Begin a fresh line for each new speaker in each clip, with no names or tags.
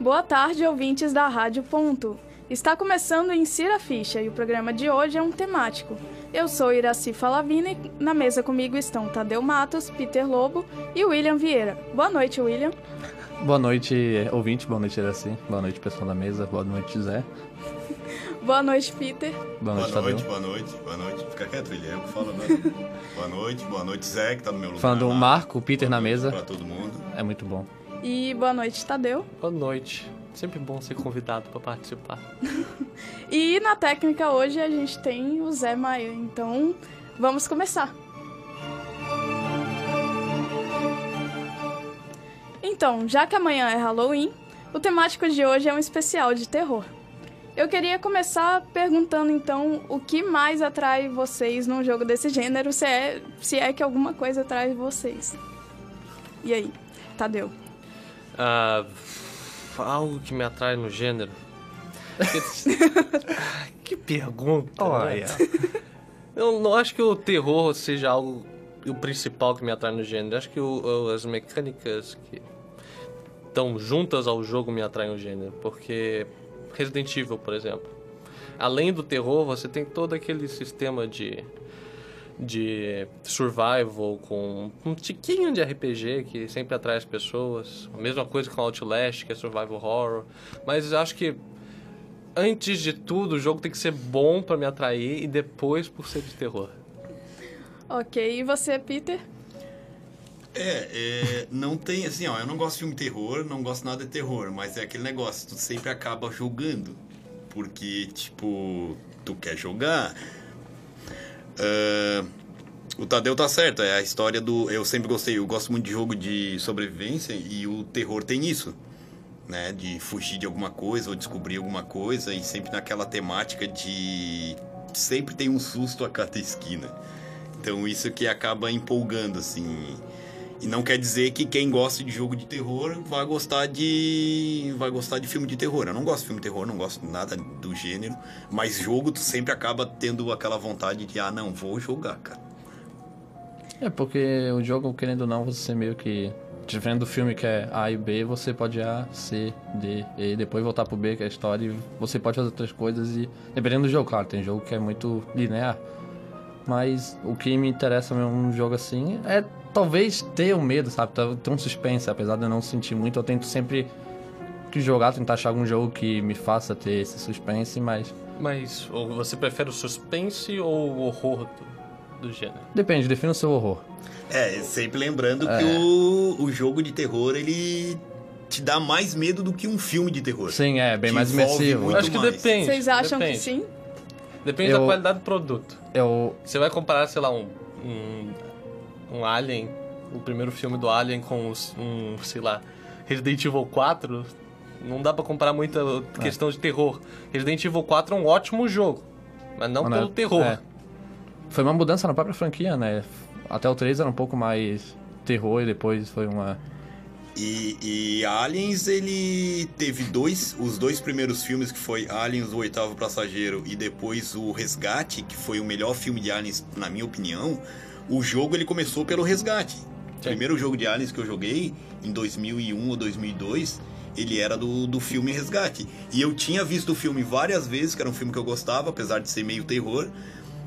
boa tarde, ouvintes da Rádio Ponto. Está começando em Cira Ficha e o programa de hoje é um temático. Eu sou Iraci Falavini, na mesa comigo estão Tadeu Matos, Peter Lobo e William Vieira. Boa noite, William.
Boa noite, ouvinte, boa noite, Iraci, boa noite, pessoal da mesa, boa noite, Zé.
Boa noite, Peter.
Boa
Boa
noite,
noite,
Tadeu.
boa noite, boa noite. Fica quieto, William, eu que falo né? boa noite, boa noite, Zé, que tá no meu lugar.
Falando o
lá.
Marco, o Peter na
Boa noite
mesa,
Pra todo mundo.
é muito bom.
E boa noite, Tadeu.
Boa noite. Sempre bom ser convidado pra participar.
E na técnica hoje a gente tem o Zé Maia, então vamos começar. Então, já que amanhã é Halloween, o temático de hoje é um especial de terror. Eu queria começar perguntando então o que mais atrai vocês num jogo desse gênero, se é, se é que alguma coisa atrai vocês. E aí, Tadeu?
Ah, algo que me atrai no gênero. que pergunta. né? Eu não acho que o terror seja algo o principal que me atrai no gênero. Acho que o- o- as mecânicas que estão juntas ao jogo me atraem no gênero, porque Resident Evil, por exemplo, além do terror, você tem todo aquele sistema de de survival com um tiquinho de RPG que sempre atrai as pessoas. A mesma coisa com Outlast, que é survival horror, mas acho que antes de tudo, o jogo tem que ser bom pra me atrair e depois por ser de terror.
Ok, e você, Peter?
É, é, não tem, assim, ó, eu não gosto de filme terror, não gosto nada de terror, mas é aquele negócio, tu sempre acaba jogando. Porque, tipo, tu quer jogar. Ah, o Tadeu tá certo, é a história do. Eu sempre gostei, eu gosto muito de jogo de sobrevivência e o terror tem isso. né, de fugir de alguma coisa ou descobrir alguma coisa e sempre naquela temática de sempre tem um susto a cada esquina. Então isso que acaba empolgando assim. E não quer dizer que quem gosta de jogo de terror vai gostar de vai gostar de filme de terror. Eu não gosto de filme de terror, não gosto nada do gênero, mas jogo tu sempre acaba tendo aquela vontade de ah, não, vou jogar, cara.
É porque o jogo, querendo ou não, você meio que. Diferente do filme que é A e B, você pode A, C, D, E, depois voltar pro B, que é a história, e você pode fazer outras coisas e. Dependendo do jogo, claro, tem jogo que é muito linear. Mas o que me interessa mesmo num jogo assim é talvez ter o medo, sabe? Ter ter um suspense, apesar de eu não sentir muito, eu tento sempre que jogar, tentar achar algum jogo que me faça ter esse suspense, mas
Mas ou você prefere o suspense ou o horror do, do gênero?
depende, defina o seu horror.
É, sempre lembrando que o, o jogo de terror, ele te dá mais medo do que um filme de terror.
Sim, é, bem
Te
mais
envolve
imersivo.
muito
Acho que
mais.
depende.
Vocês acham
depende.
que sim?
Depende
Eu-
da qualidade do produto.
Eu,
Você vai comparar, sei lá, um, um, um Alien, o primeiro filme do Alien com os- um, sei lá, Resident Evil 4, não dá pra comparar muita
É.
questão de terror. Resident Evil 4 é um ótimo jogo, mas não
Não, né?
Então, pelo terror.
É. Foi uma mudança na própria franquia, né? Até o 3 era um pouco mais terror e depois foi uma.
E, e Aliens, ele teve dois, os dois primeiros filmes, que foi Aliens, o oitavo passageiro, e depois o Resgate, que foi o melhor filme de Aliens, na minha opinião. O jogo, ele começou pelo Resgate. O primeiro jogo de Aliens que eu joguei, em 2001 ou 2002, ele era do, do filme Resgate. E eu tinha visto o filme várias vezes, que era um filme que eu gostava, apesar de ser meio terror.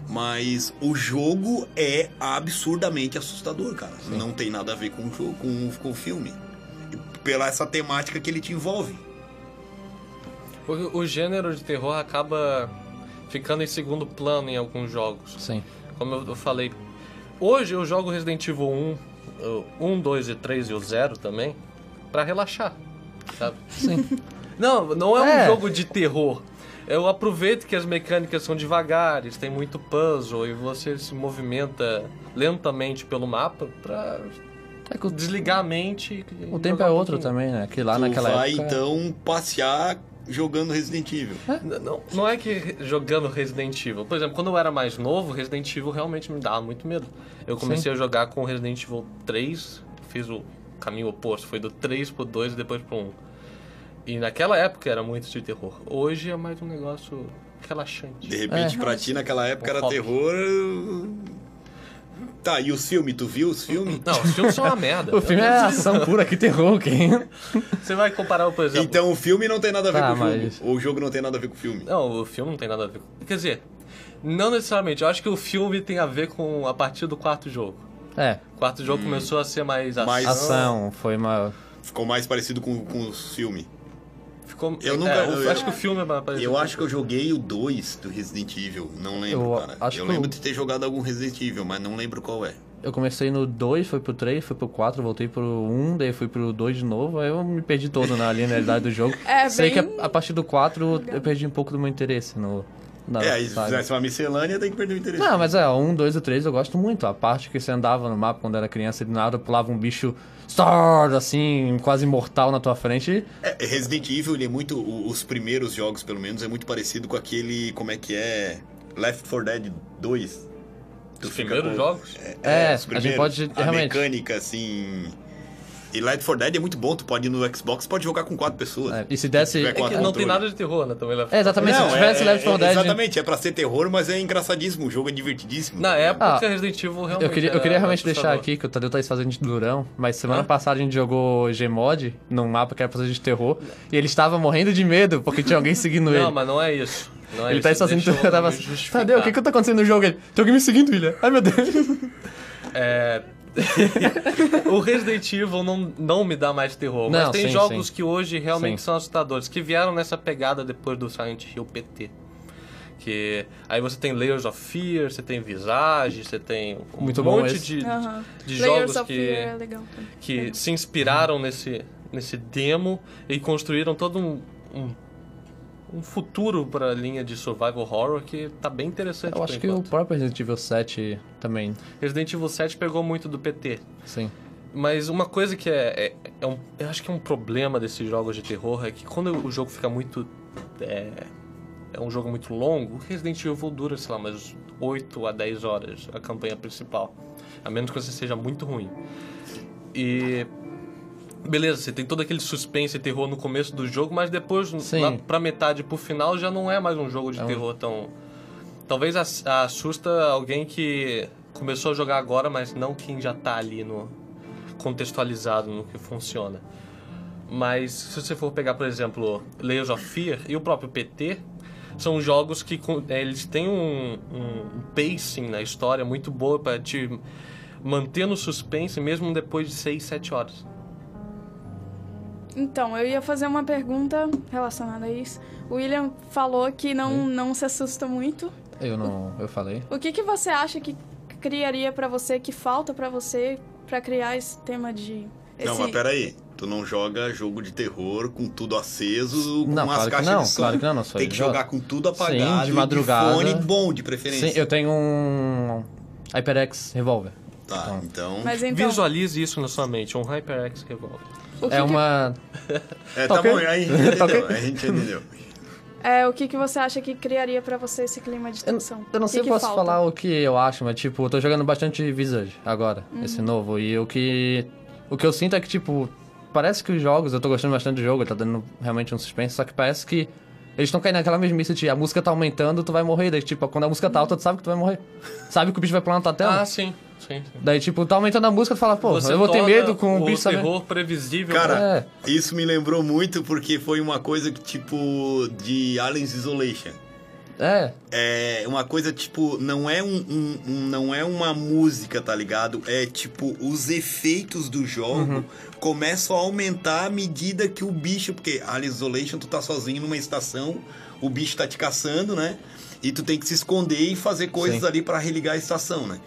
Mas o jogo é absurdamente assustador, cara. Não tem nada a ver com o jogo, com, o- com o filme. Pela essa temática que ele te envolve.
O, o gênero de terror acaba ficando em segundo plano em alguns jogos.
Sim.
Como eu eu falei, hoje eu jogo Resident Evil 1, o 1, 2 e 3 e o 0 também, pra relaxar, sabe?
Sim.
Não, não é um
É.
jogo de terror. Eu aproveito que as mecânicas são devagares, tem muito puzzle e você se movimenta lentamente pelo mapa pra
É que o,
desligar a mente. e
o tempo
jogar
é
um
outro
pouquinho.
também, né? Que lá
tu
naquela
vai
época. Ah,
então passear jogando Resident Evil.
N- Não, não é que jogando Resident Evil. Por exemplo, quando eu era mais novo, Resident Evil realmente me dava muito medo. Eu comecei a jogar com Resident Evil 3, fiz o caminho oposto, foi do 3 pro 2 e depois pro 1. E naquela época era muito de terror. Hoje é mais um negócio relaxante.
é.
De repente, pra ti naquela época
Um
era
hobby.
terror. Tá, e os filmes? Tu viu os filmes?
Não, os filmes são uma merda.
O filme é ação pura que terror, quem?
Você vai comparar, por exemplo...
Então o filme não tem nada a ver
Tá,
com o filme.
mas-
Ou o jogo não tem nada a ver com o filme.
Não, o filme não tem nada a ver com... Quer dizer, não necessariamente. Eu acho que o filme tem a ver com a partir do quarto jogo.
É,
O quarto jogo começou a ser mais ação.
Hum. Mais
ação, foi uma...
Ficou mais parecido com, com os filmes.
Ficou...
Eu
é,
nunca-
eu,
eu-
acho que o filme é mais parecido.
Eu acho que eu joguei o 2 do Resident Evil. Não lembro,
Eu
cara.
acho
eu
que eu-
lembro de ter jogado algum Resident Evil, mas não lembro qual é.
Eu comecei no 2, fui pro 3, fui pro 4, voltei pro 1, daí fui pro 2 de novo, aí eu me perdi todo na linearidade do jogo.
É,
Sei
bem-
que a, a partir do 4 eu perdi um pouco do meu interesse no... Na,
é, aí se
saga.
fizesse uma miscelânea, tem que perder o interesse.
Ah, tá. Não, mas é, o 1, 2 e 3 eu gosto muito. A parte que você andava no mapa quando era criança e do nada pulava um bicho Sword, assim, quase imortal na tua frente.
É, Resident Evil, ele é muito. o- Os primeiros jogos, pelo menos, é muito parecido com aquele. Como é que é? Left 4 Dead 2. Tu
Os
fica
primeiros
com-
jogos?
É,
os
a gente pode,
A
realmente.
mecânica, assim. E Left 4 Dead é muito bom, tu pode ir no Xbox, pode jogar com quatro pessoas.
É, e se desse.
É
É que não tem
controle.
nada de terror, né? Também Left
É, exatamente,
Não,
se tivesse
é-
Left 4
é-
Dead.
Exatamente, é pra ser terror, mas é engraçadíssimo, o jogo é divertidíssimo.
Na
tá ligado?
época,
Ah,
Resident Evil realmente
Eu queria, eu
era
queria realmente deixar
assustador.
aqui que o Tadeu tá se fazendo de durão, mas semana
é, Hã?
passada a gente jogou Gmod num mapa que era pra fazer de terror e ele estava morrendo de medo porque tinha alguém seguindo ele.
Não, mas não é isso. Não é
ele
isso.
tá se fazendo de
Deixa
durão, eu tava
me
assim,
justificar.
Tadeu, o que que tá acontecendo no jogo? Ele, tem alguém me seguindo, William. Ai meu Deus.
É. o Resident Evil não, não me dá mais terror, mas
Não,
tem
sim,
jogos
sim.
que hoje realmente
Sim.
são assustadores, que vieram nessa pegada depois do Silent Hill PT. Que aí você tem Layers of Fear, você tem Visage, você tem um
Muito bom
monte
esse.
de,
Aham.
de
Layers
jogos
of
que
Fear é legal. também.
que se inspiraram nesse, nesse demo e construíram todo um, um, um futuro para a linha de survival horror que tá bem interessante.
Eu
por
acho que o
enquanto.
próprio Resident Evil 7 também,
Resident Evil 7 pegou muito do PT.
sim.
Mas uma coisa que é, é- é um- eu acho que é um problema desses jogos de terror é que quando o jogo fica muito. É, é um jogo muito longo, Resident Evil dura, sei lá, umas 8 a 10 horas a campanha principal. A menos que você seja muito ruim. E. Beleza, você tem todo aquele suspense e terror no começo do jogo, mas depois,
Sim.
lá pra metade pro final, já não é mais um jogo de
É um-
terror tão. Talvez ass- assusta alguém que começou a jogar agora, mas não quem já tá ali no contextualizado no que funciona. Mas se você for pegar, por exemplo, Layers of Fear e o próprio PT, são jogos que com- eh, eles têm um, um pacing na história muito boa para te manter no suspense mesmo depois de 6, 7 horas.
Então, eu ia fazer uma pergunta relacionada a isso. O William falou que não, não se assusta muito.
Eu não, eu falei.
O que, que você acha que criaria pra você, que falta pra você pra criar esse tema de... Esse...
Não, mas peraí. Tu não joga jogo de terror com tudo aceso, com
Não,
umas
claro que
caixas
não,
de som.
claro que não, não sou
Tem que jogar
idiota.
com tudo apagado,
de
e
madrugada.
fone bom de preferência.
Sim, eu tenho um HyperX Revolver.
Tá, então.
Mas então,
Visualize isso na sua mente, um HyperX Revolver.
o que,
É uma
É,
tá
tá
ok.
bom, aí a gente entendeu.
Tá ok.
aí a gente entendeu.
que, é, o que, que você acha que criaria pra você esse clima de
Eu,
tensão?
eu não
O
sei
que
se
que
posso
falta?
falar o que eu acho, mas tipo, eu tô jogando bastante Visage agora,
Hum.
esse novo. E o que. O que eu sinto é que, tipo, parece que os jogos, eu tô gostando bastante do jogo, tá dando realmente um suspense, só que parece que. Eles estão caindo naquela mesmice de a música tá aumentando, tu vai morrer. Daí, tipo, quando a música tá alta, tu sabe que tu vai morrer. Sabe que o bicho vai pular na tua tela.
Ah, sim, sim. sim.
Daí, tipo, tá aumentando a música, tu fala, pô, Então- eu vou ter
torna
medo com o
o
bicho sabendo.
terror previsível.
Cara,
É.
isso me lembrou muito porque foi uma coisa que, tipo, de Aliens Isolation.
É,
É uma coisa, tipo, não é um, um- um- não é uma música, tá ligado? É tipo, os efeitos do jogo
Uhum.
começam a aumentar à medida que o bicho, porque Alien Isolation, tu tá sozinho numa estação, o bicho tá te caçando, né? E tu tem que se esconder e fazer coisas
Sim.
ali pra religar a estação, né?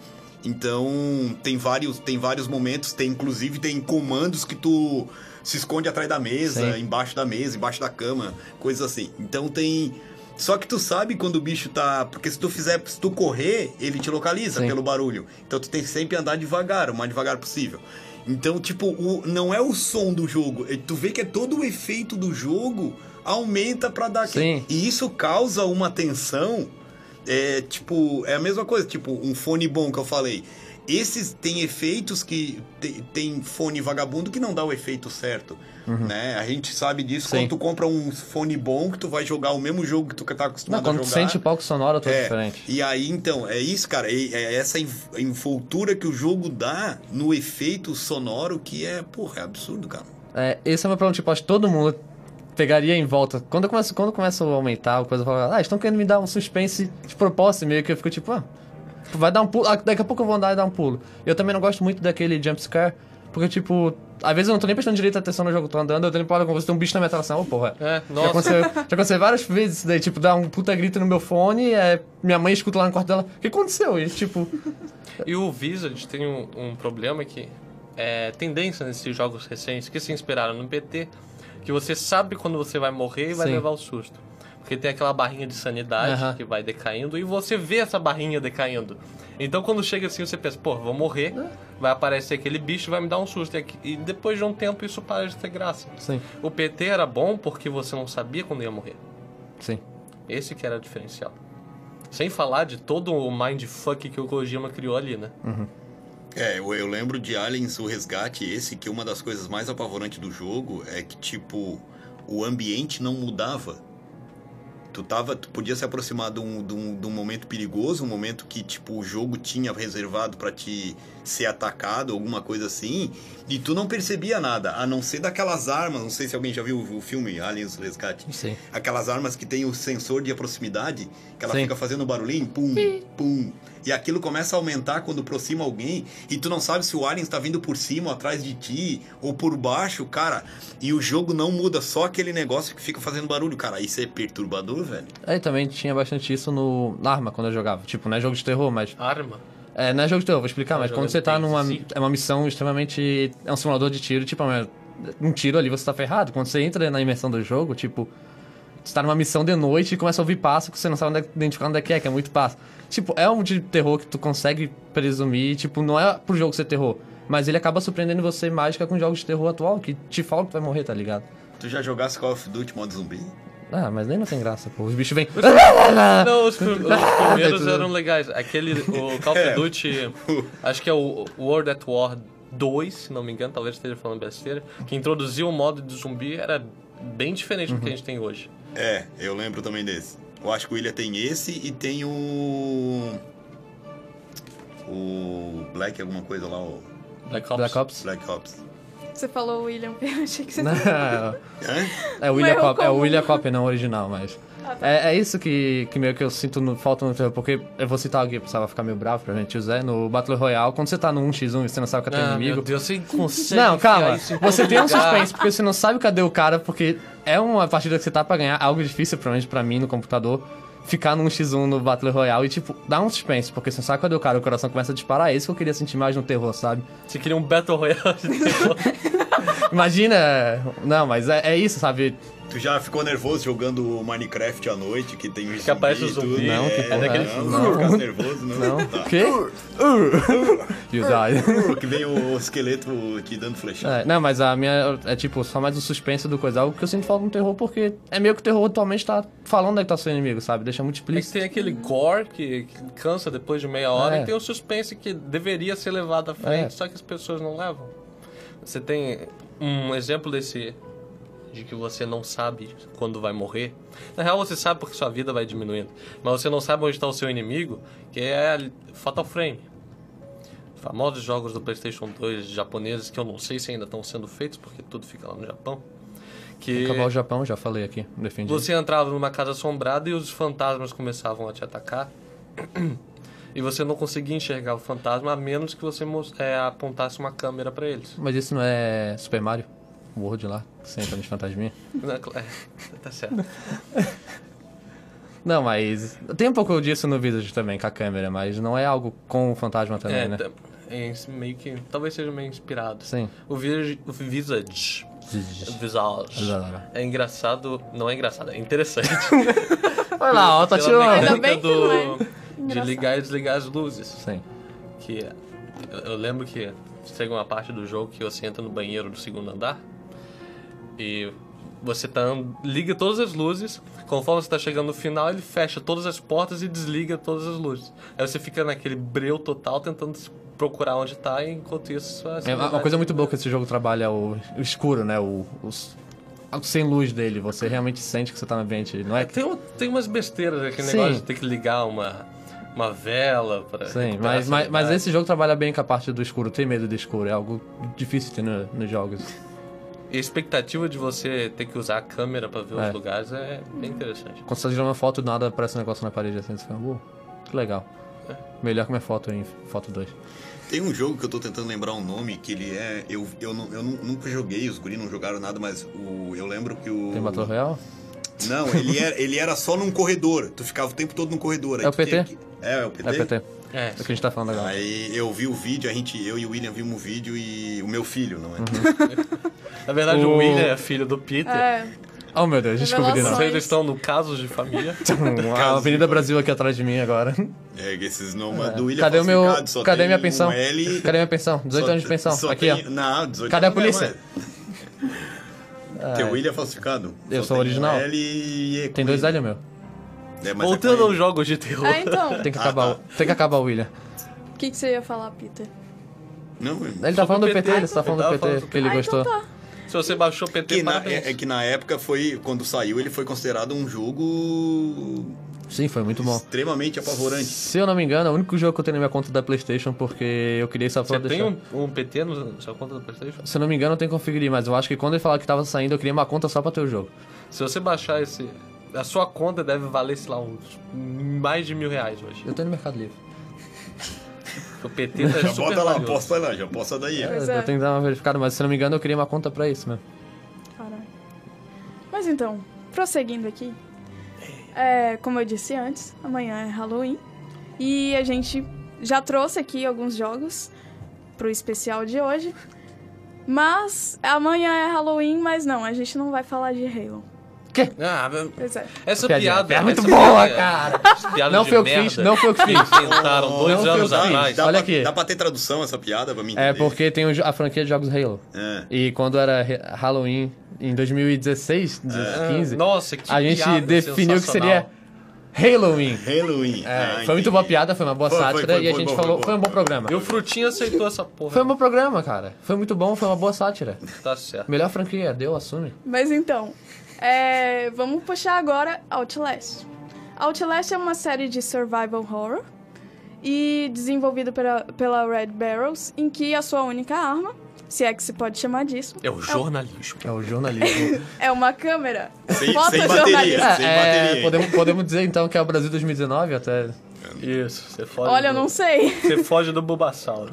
Então, tem vários, tem vários momentos, tem inclusive tem comandos que tu se esconde atrás da mesa,
Sim.
embaixo da mesa, embaixo da cama, coisas assim. Então tem só que tu sabe quando o bicho tá, porque se tu fizer, se tu correr, ele te localiza
Sim.
pelo barulho. Então tu tem que sempre andar devagar, o mais devagar possível. Então, tipo, o, não é o som do jogo, é- tu vê que é todo o efeito do jogo aumenta pra dar aquele-
Sim.
E isso causa uma tensão é tipo, é a mesma coisa, tipo, um fone bom que eu falei. Esses têm efeitos que te- tem fone vagabundo que não dá o efeito certo, né? A gente sabe disso
Uhum. Sim.
quando tu compra um fone bom que tu vai jogar o mesmo jogo que tu tá
Não,
acostumado
quando
a
tu
jogar.
sente o palco sonoro, tudo
É,
diferente.
E aí, então, é isso, cara. É, é essa env- envoltura que o jogo dá no efeito sonoro que é, porra, é absurdo, cara.
É, esse é o meu problema, tipo, acho que todo mundo pegaria em volta. Quando eu começo, quando eu começo a aumentar, a coisa fala, ah, estão querendo me dar um suspense de propósito, meio que eu fico tipo, ah, vai dar um pulo, ah, daqui a pouco eu vou andar e dar um pulo. Eu também não gosto muito daquele jumpscare, porque tipo, às vezes eu não tô nem prestando direito atenção no jogo, tô andando, eu tô indo pra hora com você, tem um bicho na minha atração, ô porra.
É,
Já
nossa.
aconteceu, já aconteceu várias vezes isso daí, tipo, dá um puta grito no meu fone, é, minha mãe escuta lá no quarto dela, o que aconteceu? E tipo,
E o Wizard tem um, um problema que é tendência nesses jogos recentes que se inspiraram no PT, que você sabe quando você vai morrer e vai
Sim.
levar o susto. Porque tem aquela barrinha de sanidade
Aham.
que vai decaindo e você vê essa barrinha decaindo. Então quando chega assim, você pensa, pô, vou morrer,
Né?"
vai aparecer aquele bicho e vai me dar um susto. E aqui- E depois de um tempo isso para de ter graça.
sim,
O PT era bom porque você não sabia quando ia morrer.
sim.
Esse que era o diferencial. Sem falar de todo o mindfuck que o Kojima criou ali, né?
É, eu, eu lembro de Aliens, o resgate, esse, que é uma das coisas mais apavorantes do jogo é que, tipo, o ambiente não mudava. Tu, tava, tu podia se aproximar de um, de, um, de um momento perigoso, um momento que, tipo, o jogo tinha reservado pra te ser atacado, alguma coisa assim, e tu não percebia nada, a não ser daquelas armas, não sei se alguém já viu o filme Aliens, o resgate.
Sim.
Aquelas armas que tem o sensor de proximidade, que ela
Sim.
fica fazendo barulhinho, pum, pum. E aquilo começa a aumentar quando aproxima alguém, e tu não sabe se o alien está vindo por cima, ou atrás de ti, ou por baixo, cara. E o jogo não muda, só aquele negócio que fica fazendo barulho, cara. Isso é perturbador, velho.
Aí É, também tinha bastante isso no na arma quando eu jogava. Tipo, não é jogo de terror, mas.
Arma.
É, não é jogo de terror, vou explicar,
Ah,
mas quando
jogando
você tá
Tense,
numa.
sim.
É uma missão extremamente. É um simulador de tiro, tipo, é um tiro ali você tá ferrado. Quando você entra na imersão do jogo, tipo. Você tá numa missão de noite e começa a ouvir passo que você não sabe onde é, identificar onde é que é, que é muito passo. Tipo, é um de terror que tu consegue presumir, tipo, não é pro jogo ser terror. Mas ele acaba surpreendendo você mais que com jogos de terror atual, que te fala que tu vai morrer, tá ligado?
Tu já jogasse Call of Duty modo zumbi?
Ah, mas nem não tem graça, pô. Os bichos vêm. é,
Não, os, prim- os primeiros
tudo.
eram legais. Aquele, o Call of Duty, acho que é o World at War 2, se não me engano, talvez esteja falando besteira, que introduziu o modo de zumbi, era bem diferente do que a
Uhum.
gente tem hoje.
É, eu lembro também desse. Eu acho que o William tem esse e tem o. O Black alguma coisa lá, o
Black Ops.
Black Ops?
Black Ops.
Você falou William, eu achei que você...
Não.
Hã?
É o William
Um erro
Cop, é
comum. Ah,
o
tá.
William Cop, não o original, mas. É, é isso que, que meio que eu sinto no, falta no terror, porque eu vou citar alguém, pessoal vai ficar meio bravo pra gente usar. No Battle Royale, quando você tá no 1x1 e você não sabe que tem
Ah,
inimigo.
meu Deus, você consegue
Não,
enfiar
calma.
isso em
Você
todo
tem um
lugar.
suspense, porque você não sabe cadê o cara, porque é uma partida que você tá pra ganhar, algo difícil, pelo menos pra mim, no computador, ficar num X1 no Battle Royale e, tipo, dá um suspense, porque você não sabe cadê o cara, o coração começa a disparar. É isso que eu queria sentir mais no terror, sabe?
Você queria um Battle Royale de terror.
Imagina. Não, mas é, é isso, sabe?
Tu já ficou nervoso jogando Minecraft à noite, que tem
Que aparece o
e tudo?
zumbi.
um Não, que
é,
porra é
daquele...
essa?
não,
Não.
não ficar nervoso, não.
Não?
Tá.
O quê?
Uh.
Uh. E os olhos.
Que vem o esqueleto te dando flechada.
É, não, mas a minha é tipo só mais o suspense do coisa, algo que eu sinto falta no terror, porque é meio que o terror atualmente tá falando aí que tá seu inimigo, sabe? Deixa muito
É que
explícito.
tem aquele gore que, que cansa depois de meia hora
É.
e tem o suspense que deveria ser levado à frente,
É.
só que as pessoas não levam. Você tem um exemplo desse de que você não sabe quando vai morrer. Na real você sabe porque sua vida vai diminuindo, mas você não sabe onde está o seu inimigo, que é a Fatal Frame. Famosos jogos do PlayStation 2 japoneses que eu não sei se ainda estão sendo feitos porque tudo fica lá no Japão. É Que
Acabar o Japão, já falei aqui, defendi.
você entrava numa casa assombrada e os fantasmas começavam a te atacar. E você não conseguia enxergar o fantasma a menos que você mos- é, apontasse uma câmera pra eles.
Mas isso não é Super Mario World lá, que você entra nos fantasminha.
Na cla- É, tá certo.
Não, mas tem um pouco disso no Visage também com a câmera, mas não é algo com o fantasma também,
É,
né?
tá- é ins- meio que. Talvez seja meio inspirado.
Sim.
O, Vir- o Visage. Visage.
Olha
É engraçado. Não é engraçado, é interessante.
lá, ó, tá
Pela
tirando.
Ainda
mecânica
bem que não é
De
engraçado.
ligar e desligar as luzes.
Sim.
que eu, eu lembro que chega uma parte do jogo que você entra no banheiro do segundo andar e Você tá, and- liga todas as luzes, conforme você tá chegando no final, ele fecha todas as portas e desliga todas as luzes. Aí você fica naquele breu total tentando se- procurar onde tá, e enquanto isso... a
É uma- uma
cidade-
coisa muito boa que esse jogo trabalha o, o escuro, né? O, os- o sem luz dele. Você realmente sente que você tá no ambiente. Não é que.
Tem, um- tem umas besteiras, aquele
Sim.
negócio de ter que ligar uma, uma vela pra... assim, né?
Sim,
recuperar
mas, mas,
a
mas
sanidade.
esse jogo trabalha bem com a parte do escuro. Tem medo do escuro. É algo difícil de ter no- nos jogos.
E a expectativa de você ter que usar a câmera pra ver
É.
os lugares é bem interessante.
Quando você tira uma foto, do nada aparece um negócio na parede assim. Você fica, "Uou, que legal.
É.
Melhor que minha foto em foto 2.
Tem um jogo que eu tô tentando lembrar o nome, que ele é. Eu, eu, não, eu nu- nunca joguei, os guri não jogaram nada, mas o, eu lembro que o.
Tem Battle Royale?
Não, ele era, ele era só num corredor. Tu ficava o tempo todo num corredor. Aí
É o
tu
PT?
tinha que- É, é o PT.
É PT. É
É,
o que a gente tá falando agora.
Aí eu vi o vídeo, a gente, eu e o William vimos o vídeo e o meu filho, não é?
Uhum.
na verdade o,
O-
William é filho do Peter.
É,
Oh meu Deus, descobri não.
Revelações.
Vocês estão no caso de família.
A Avenida Brasil aqui atrás de mim agora.
É, que esses nomes do William
Cadê o meu.
falsificado, só
Cadê
tem
minha pensão?
Um L,
Cadê minha pensão? 18
só
anos de
tem-
pensão.
só
Aqui,
tem-
ó.
Não, 18
Cadê a
não é
polícia?
mais. Teu William é falsificado.
Eu
Só
sou
tem
original.
Um L e E com
Tem dois
ele.
L, meu.
É, mas é
Voltando
com
aos
ele.
jogos de terror.
é então.
Tem que acabar, o- tem que acabar o William.
O que, que você ia falar, Peter?
Não, é-
Ele tá
Só
falando
do
do PT,
PT,
ele tá falando
tava
do
falando do
PT, que ele
ah,
gostou.
então tá.
Se você baixou o PT,
que na-
parabéns.
é, é que na época foi, quando saiu, ele foi considerado um jogo
Sim, foi muito bom.
extremamente apavorante.
Se eu não me engano, é o único jogo que eu tenho na minha conta da PlayStation, porque eu queria essa
Você
foto
tem um, um PT no- na sua conta do Playstation?
Se eu não me engano, eu tenho que conferir, mas eu acho que quando ele falava que tava saindo, eu queria uma conta só pra ter o jogo.
Se você baixar esse... A sua conta deve valer, sei lá, uns mais de mil reais hoje.
Eu tô no Mercado Livre.
O PT tá
Já
super
bota lá,
valioso.
posta lá, já posta daí.
Eu,
É.
Pois é.
eu tenho que dar uma verificada, mas se eu não me engano, eu queria uma conta pra isso mesmo.
Caralho. Mas então, prosseguindo aqui. É, como eu disse antes, amanhã é Halloween. E a gente já trouxe aqui alguns jogos pro especial de hoje. Mas amanhã é Halloween, mas não, a gente não vai falar de Halo.
Ah,
Pois é.
essa
Piadinha.
piada...
É muito
essa
boa,
piada-
cara!
essa piada
Não
de
foi eu que
merda
fiz, não foi eu que fiz.
Inventaram dois
Não foi eu
anos
que fiz.
atrás.
Dá,
Olha
pra,
aqui.
dá pra ter tradução essa piada pra mim?
É
entender?
porque tem o jo- a franquia de jogos Halo.
É.
E quando era re- Halloween, em 2016, 2015,
Ah, Nossa, que
a gente
piada
definiu que seria Halloween.
Halloween.
É,
Ah,
foi
entendi.
muito boa piada, foi uma boa
Foi, foi,
sátira
foi,
e a
foi
gente
bom,
falou.
foi
Foi,
bom.
um bom programa.
E o Frutinho aceitou essa porra.
Foi um bom programa, cara. Foi muito bom, foi uma boa sátira.
Tá certo.
Melhor franquia, deu, assume.
Mas então, é, vamos puxar agora Outlast. Outlast é uma série de survival horror e desenvolvido pela, pela Red Barrels, em que a sua única arma, se é que se pode chamar disso,
É o jornalismo.
É o jornalismo.
é uma câmera.
Sem- sem
Fotojornalista.
bateria. Sem bateria,
é,
hein?
podemos, podemos dizer então que é o Brasil 2019 até.
Isso, você foge.
Olha, eu
do-
não sei.
Você foge do Bulbasauro.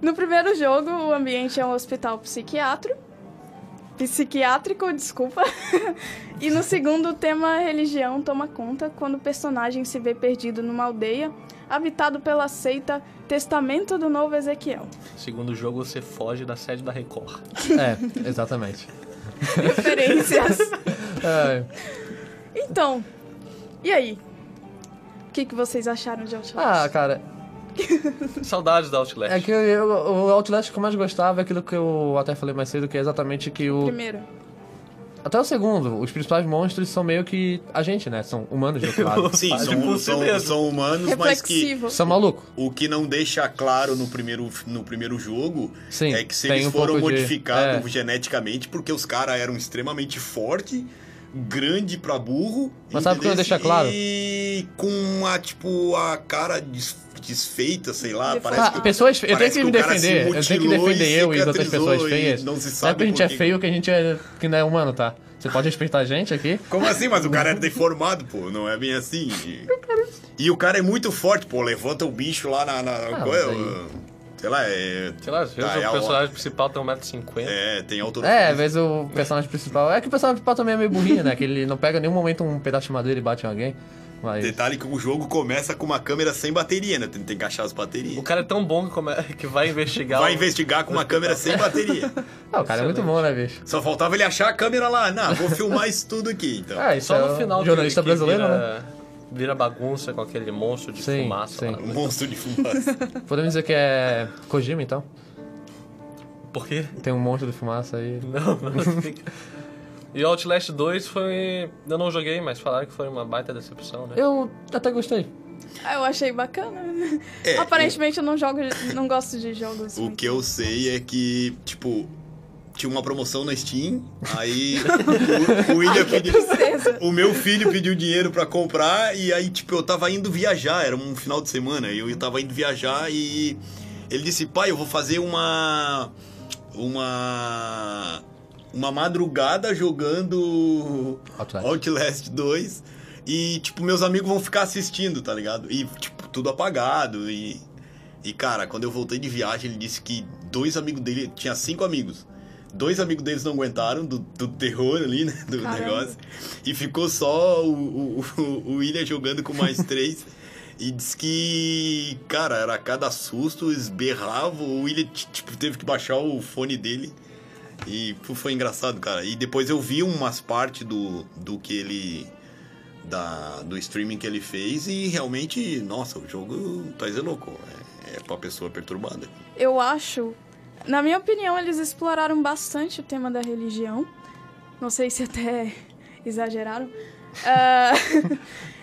No primeiro jogo, o ambiente é um hospital psiquiátrico. Psiquiátrico, desculpa. e no segundo, o tema religião toma conta quando o personagem se vê perdido numa aldeia habitado pela seita Testamento do Novo Ezequiel.
Segundo jogo, você foge da sede da Record.
é, exatamente.
Referências.
É,
então, e aí? O que, que vocês acharam de Outlast?
ah, cara,
Saudades da Outlast.
é que eu- o Outlast que eu mais gostava é aquilo que eu até falei mais cedo, que é exatamente que
Ah,
o.
Primeiro.
Até o segundo, os principais monstros são meio que a gente, né? São humanos, no claro.
Sim,
Faz
são,
um
por si
são,
mesmo.
são humanos, mas que
Reflexivo.
são malucos.
o que não deixa claro no primeiro, no primeiro jogo
Sim,
é que se
tem
eles
um
foram
pouco de-
modificados
é.
geneticamente, porque os caras eram extremamente fortes, grande pra burro.
Mas sabe o que
entendeu?
não deixa claro?
E com a, tipo, a cara des- desfeita, sei lá,
Deformada.
parece
Ah,
que...
pessoas Eu tenho
parece
que me
o cara se
defender. Eu tenho que
mutilou e
defender eu e as outras
cicatrizou
pessoas
e
feias.
Não se
Não é
sabe
porque a gente é
por quê.
feio que a gente é, que não é humano, tá? Você pode respeitar a gente aqui.
Como assim? Mas o cara é deformado, pô. Não é bem assim. E o cara é muito forte, pô. Levanta o bicho lá na. na-
Ah,
qual é,
mas aí-
o- Sei lá, é.
Sei lá, às vezes
Ah, é
o
a
personagem principal tem 1,50m.
É, tem autor.
É, às vezes o personagem principal. É que o personagem principal também é meio burrinho, né? Que ele não pega em nenhum momento um pedaço de madeira e bate em alguém. Mas.
Detalhe que o jogo começa com uma câmera sem bateria, né? Tem, tem que achar as
O
baterias.
cara é tão bom que, come- que vai investigar.
Vai
o-
investigar com uma câmera sem bateria.
Ah, o cara é muito
Excelente.
bom, né, bicho?
Só faltava ele achar a câmera lá. Não, vou filmar isso tudo aqui, então.
Ah, isso
Só
é
no final.
um
que-
jornalista
que
brasileiro, né?
vira, Vira bagunça com aquele monstro de
Sim,
fumaça.
sim.
lá.
né?
Um monstro de fumaça.
Podemos dizer que é Kojima, então?
Por quê?
Tem um monte de fumaça aí.
Não, não fica. E Outlast 2 foi. Eu não joguei, mas falaram que foi uma baita decepção, né?
Eu até gostei.
Ah, Eu achei bacana.
É,
Aparentemente eu não jogo, não gosto de jogos.
O
muito-
que eu sei é que, tipo, tinha uma promoção na Steam, aí o, o William pediu.
Tristeza.
O meu filho pediu dinheiro pra comprar e aí, tipo, eu tava indo viajar, era um final de semana, e eu tava indo viajar e ele disse, pai, eu vou fazer uma. Uma. Uma madrugada jogando
Outlast.
Outlast 2. E, tipo, meus amigos vão ficar assistindo, tá ligado? E, tipo, tudo apagado. E, e cara, quando eu voltei de viagem, ele disse que dois amigos dele. Tinha cinco amigos. Dois amigos deles não aguentaram do, do terror ali, né? Do
Caramba.
negócio. E ficou só o, o, o- o William jogando com mais três. E disse que, cara, era a cada susto, esberrava. O William, t- tipo, teve que baixar o fone dele. E pô, foi engraçado, cara. E depois eu vi umas partes do, do que ele. Da, do streaming que ele fez e realmente, nossa, o jogo tá louco. É, é pra pessoa perturbada.
Eu acho, na minha opinião, eles exploraram bastante o tema da religião. Não sei se até exageraram. Ah,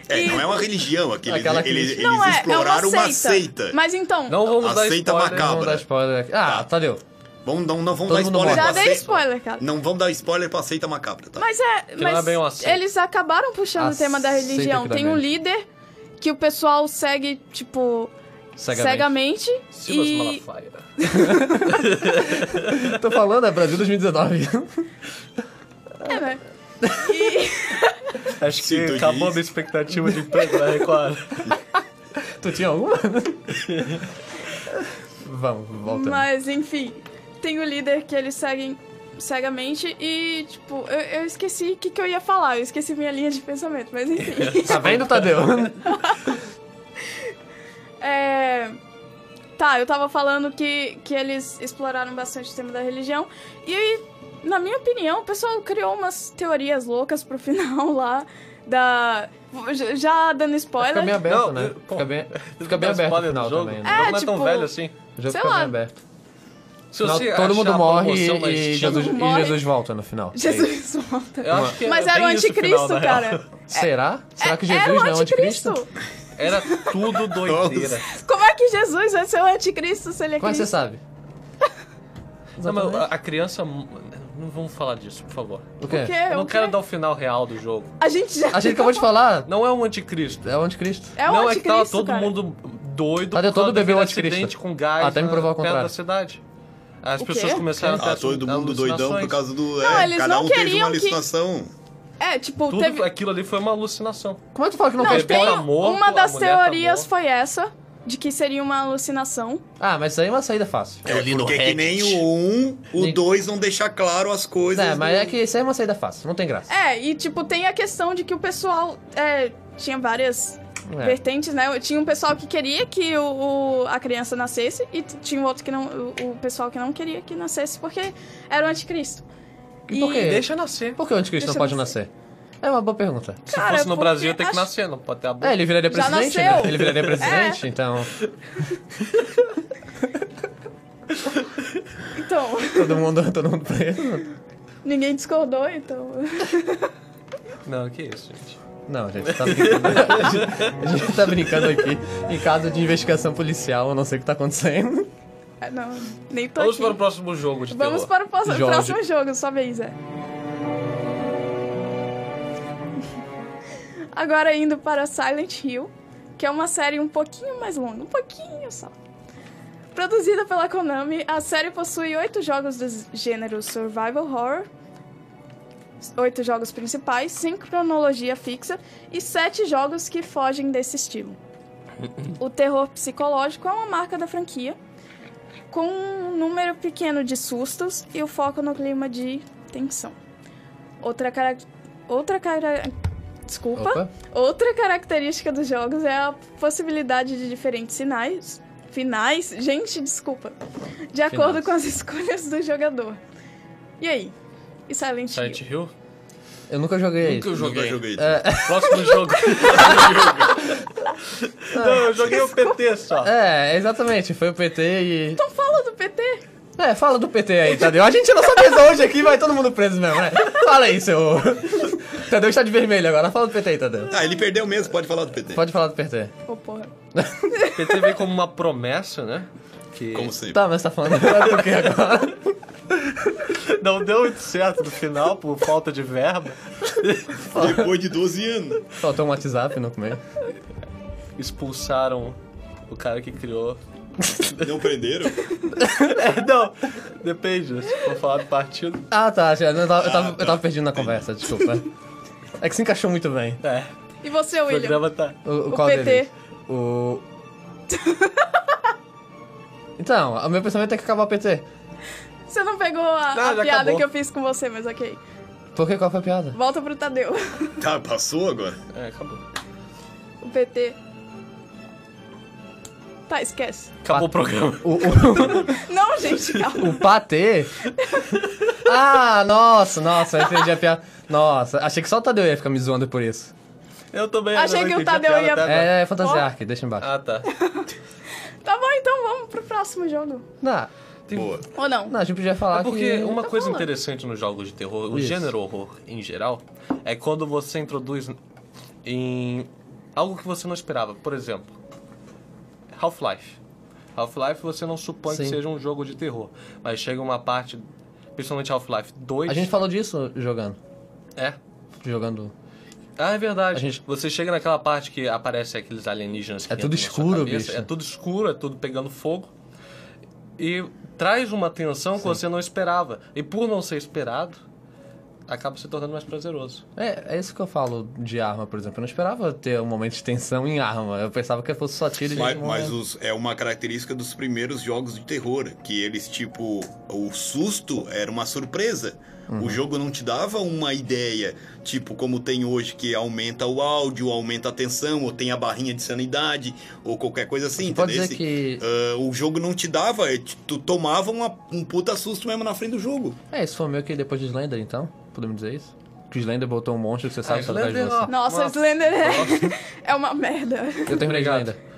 É,
E-
não é uma religião, aquele,
Aquela que-
eles, eles
não é,
exploraram
é uma seita.
seita.
Mas então,
Não é vamos dar
Aceita
spoiler.
macabro.
Vamos dar spoiler aqui. Ah,
Tá.
Tadeu.
Vamos, não, não vamos
Todo
dar
mundo
spoiler
morre.
já
pra
dei
seita.
spoiler, cara.
Não vamos dar spoiler pra seita macabra, tá?
Mas é.
não
mas
é bem um assunto.
eles acabaram puxando o tema da
Aceita
religião.
que dá
Tem um
merda.
líder que o pessoal segue, tipo,
Cegamente.
cegamente.
Silas
e
Malafaia.
Tô falando, é Brasil 2019.
É, né?
Acho que
Sim, tu
acabou
diz.
a minha expectativa de emprego né, na Record.
tu tinha alguma? Vamos, volta.
Mas, enfim, tem o líder que eles seguem cegamente e, tipo, eu, eu esqueci o que, que eu ia falar, eu esqueci minha linha de pensamento, mas enfim.
Tá vendo, Tadeu?
É, Tá, eu tava falando que, que eles exploraram bastante o tema da religião e, aí, na minha opinião, o pessoal criou umas teorias loucas pro final lá da... já- Já dando
Fica
spoiler,
bem aberto,
Não,
né?
eu- pô,
Fica bem, fica bem
Dá
aberto o
spoiler do
final
jogo.
também,
O
né?
É,
jogo não é tão
tipo,
velho assim.
O jogo
sei
fica
lá.
bem aberto.
Se
Final,
você
todo mundo
achar a
morre e,
promoção na
e
Steam,
Jesus, e
morre.
Jesus volta no final. É
Jesus é- volta.
eu acho que é
Mas
bem
era o
isso final,
anticristo,
na real.
cara.
Será? Será que Jesus
era o
não é o anticristo?
anticristo.
Era tudo doideira.
Como é que Jesus vai ser o anticristo se ele é
Como é que
Cristo?
você sabe?
Não, mas a
Exatamente.
a criança. Não vamos falar disso, por favor.
O quê?
Porque
Eu
eu
não quero dar o final real do jogo.
A gente já.
A gente acabou de falar.
Não é um anticristo.
É o anticristo.
É o
não é que tava
anticristo,
todo
cara.
mundo doido.
Cadê
por causa
todo bebê é
daquele
anticristo?
acidente com gás
Até me
na-
provar o
perto
contrário.
da cidade. As
O
pessoas
quê?
começaram a
Tá
ter
todo mundo doidão por
alucinações.
causa do.
Não,
é,
eles
cada
não
um teve
queriam
uma
que-
alucinação.
É, tipo,
Tudo
teve.
aquilo ali foi uma alucinação.
Como é que tu fala que não,
Não,
fez
tem...
spoiler?
tá morto,
uma
a
das
mulher tá
teorias
morta.
foi essa, de que seria uma alucinação.
Ah, mas isso aí é uma saída fácil.
É porque que nem o 1, o
Nem-
2 não deixa claro as coisas.
É, mas
do-
é que isso aí é uma saída fácil, não tem graça.
É, e tipo, tem a questão de que o pessoal. é, tinha várias
É.
vertentes, né? Tinha um pessoal que queria que o, o- a criança nascesse e t- tinha um outro que não. O, o pessoal que não queria que nascesse porque era o anticristo.
E por quê?
Deixa nascer.
Por que o anticristo
Deixa
não pode
eu
nascer? É uma boa pergunta.
Se
Cara,
fosse no
porque
Brasil, tem que
acho-
nascer, não pode ter aborto.
É, ele viraria
Já
presidente, né?
nasceu. É.
Ele viraria presidente, então
Então,
todo mundo, todo mundo preso.
ninguém discordou, então.
Não, que isso, gente.
Não, a gente tá brincando. a gente tá brincando aqui em caso de investigação policial, eu não sei o que tá acontecendo.
É, Não, nem tô
Vamos
aqui.
para o próximo jogo de
Vamos
terror.
para o pós-
Jorge.
próximo jogo, sua vez, é. Agora indo para Silent Hill, que é uma série um pouquinho mais longa, um pouquinho só. Produzida pela Konami, a série possui oito jogos dos gêneros Survival Horror, oito jogos principais, cinco cronologia fixa e sete jogos que fogem desse estilo. O terror psicológico é uma marca da franquia, com um número pequeno de sustos e o foco no clima de tensão. Outra cara... Outra cara... Desculpa.
Opa.
Outra característica dos jogos é a possibilidade de diferentes sinais. Finais? Gente, desculpa. De acordo
Finais.
com as escolhas do jogador. E aí? E Silent Hill?
Silent Hill?
Eu nunca joguei
Nunca
isso.
Nunca
joguei.
joguei.
é,
Próximo jogo. não, eu joguei o PT só.
Ah,
É, exatamente, foi o PT e.
Então fala do PT.
É, fala do PT aí, Tadeu. A gente é nossa mesa hoje aqui, vai todo mundo preso mesmo, né? Fala aí, seu. Tadeu está de vermelho agora. Fala do PT aí, Tadeu.
Ah, ele perdeu mesmo, pode falar do PT.
Pode falar do PT.
Ô, porra.
O PT veio como uma promessa, né? Que
Como sempre.
Tá, mas tá falando do que agora?
não deu muito certo no final por falta de verba.
Depois de 12 anos.
Faltou um WhatsApp no começo.
Expulsaram o cara que criou.
Não prenderam?
É, não, depende, se for falar do partido.
Ah, tá. já- Eu tava, eu tava,
Ah, tá.
eu tava perdido na conversa, desculpa. É que se encaixou muito bem.
É,
E você,
o
William?
programa tá.
O, o
O
qual
PT.
deles? O. Então, o meu pensamento é que acabar o PT.
Você não pegou a,
Não,
a
já
piada
acabou.
que eu fiz com você, mas ok.
Por que qual foi a piada?
Volta pro Tadeu.
Tá, passou agora?
É, acabou.
O PT. Tá, esquece.
Acabou o programa.
O, o,
Não, gente, calma.
o patê? Ah, nossa, nossa, eu entendi a piada. Nossa, achei que só o Tadeu ia ficar me zoando por isso.
Eu também
Achei
não
que o
entendi a
Tadeu
piada
ia-
até agora.
É, é fantasia arc, deixa embaixo.
Ah, tá.
Tá bom, então vamos pro próximo jogo.
Não,
Boa.
Ou não?
não, a gente podia falar
É porque
que...
uma
tá
coisa
falando.
interessante nos jogos de terror, o
Isso.
gênero horror em geral, é quando você introduz em algo que você não esperava. Por exemplo, Half-Life. Half-Life você não supõe que
Sim.
seja um jogo de terror, mas chega uma parte, principalmente Half-Life 2.
A gente falou disso jogando.
É.
Jogando...
Ah, é verdade.
A gente-
Você chega naquela parte que aparece aqueles alienígenas que
É tudo
entram na sua
escuro,
cabeça,
bicho.
É tudo escuro, é tudo pegando fogo. E traz uma tensão que você não esperava. E por não ser esperado, acaba se tornando mais prazeroso.
É, é isso que eu falo de arma, por exemplo. Eu não esperava ter um momento de tensão em arma. Eu pensava que fosse só tiro e um
Mas,
gente
mas
morrendo.
os- é uma característica dos primeiros jogos de terror, que eles, tipo, o susto era uma surpresa.
Uhum.
O jogo não te dava uma ideia, tipo, como tem hoje, que aumenta o áudio, aumenta a tensão, ou tem a barrinha de sanidade, ou qualquer coisa assim,
Você pode
entendeu?
dizer que...
Ah, o jogo não te dava, é, t- tu tomava uma- um puta susto mesmo na frente do jogo.
É, isso foi meio que depois de Slender, então? Podemos dizer isso? Que o Slender botou um monstro
Ah,
que você sabe que tá atrás de
Slender,
você.
Nossa, o
Nossa.
Slender é... é uma merda.
Eu terminei
Obrigado.
Slender.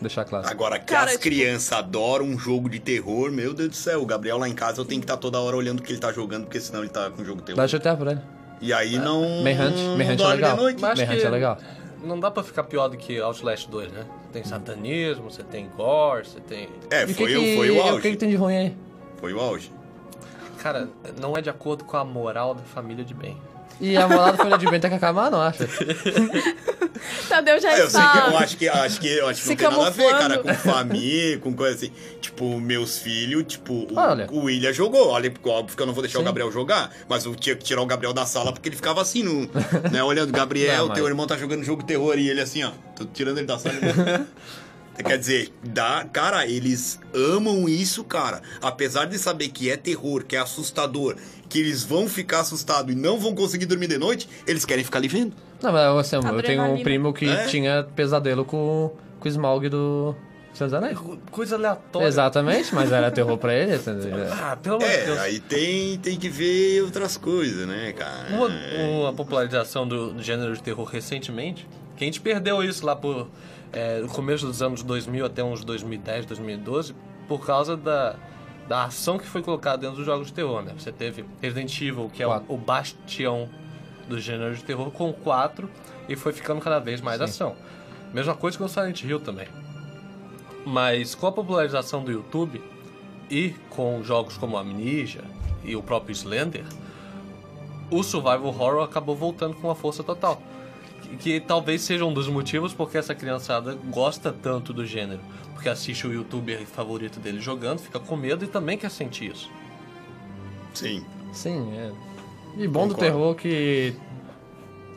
Deixar claro.
Agora que
Cara,
as
tipo-
crianças adoram um jogo de terror, meu Deus do céu, o Gabriel lá em casa eu tenho que estar toda hora olhando o que ele tá jogando, porque senão ele tá com jogo de terror.
Dá GTA pra ele.
E aí não.
Manhunt,
Hum, não
Manhunt é
dorme
legal.
de noite.
Mas acho
Manhunt
que
é legal.
Não dá pra ficar pior do que Outlast 2, né? Tem satanismo, você tem gore, você tem...
É,
E
foi,
que
o-
que-
foi o
O que, que
auge.
tem de ruim aí?
Foi o auge.
Cara, não é de acordo com a moral da família de bem.
E a morada foi de bem até que acabar, não acha?
Tadeu já
É, eu, sei
está.
que, eu acho que acho que, eu acho que
Se
não tem nada a ver, cara,
camuflando.
com família, com coisa assim. Tipo, meus filhos, tipo, o,
Ah, Olha.
o William jogou. Olha, porque óbvio que eu não vou deixar
Sim.
o Gabriel jogar, mas eu tinha que tirar o Gabriel da sala porque ele ficava assim, no, né? Olhando, Gabriel,
Não, mas-
teu irmão tá jogando jogo de terror e ele assim, ó, tô tirando ele da sala. Quer dizer, dá, cara, eles amam isso, cara. Apesar de saber que é terror, que é assustador, que eles vão ficar assustados e não vão conseguir dormir de noite, eles querem ficar ali vendo.
Não, mas assim, eu tenho um
Adrenalina.
primo que
É?
tinha pesadelo com, com o Smaug do Senhor dos Anéis.
É, Coisa aleatória.
Exatamente, mas era terror pra ele. entendeu?
Ah, pelo amor de
É,
Deus.
aí tem, tem que ver outras coisas, né, cara?
Uma,
é.
uma popularização do gênero de terror recentemente, que a gente perdeu isso lá por é, no começo dos anos 2000 até uns 2010, 2012, por causa da, da ação que foi colocada dentro dos jogos de terror, né? Você teve Resident Evil, que é o,
Quatro.
o bastião do gênero de terror, com 4, e foi ficando cada vez mais ação. Mesma coisa com Silent Hill também. Mas com a popularização do YouTube e com jogos como Amnesia e o próprio Slender, o survival horror acabou voltando com uma força total. Que, que talvez seja um dos motivos porque essa criançada gosta tanto do gênero. Porque assiste o youtuber favorito dele jogando, fica com medo e também quer sentir isso.
Sim.
Sim, é. E bom do
Concordo.
terror que.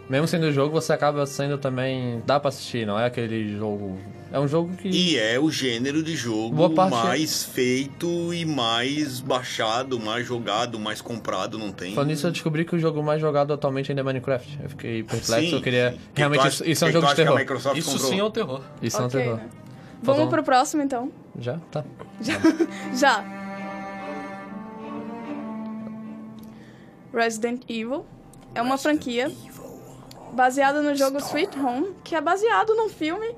Mesmo sendo jogo, você acaba sendo também. Dá pra assistir, não é aquele jogo. É um jogo que.
E é o gênero de
Boa
jogo
parte- é-
mais feito e mais baixado, mais jogado, mais comprado, não tem?
Falando nisso, eu descobri que o jogo mais jogado atualmente ainda é Minecraft. Eu fiquei perplexo,
Sim,
eu queria.
sim. Que
Realmente,
tu
isso,
acha-
isso é um
que
jogo
tu
de
acha que a
terror.
Microsoft
isso
comprou?
sim é o terror.
Isso é um
Ok,
terror.
né?
Faltou
Vamos
um.
pro próximo, então.
Já? Tá.
Já. Resident Evil é uma franquia baseada no jogo Sweet Home, que é baseado num filme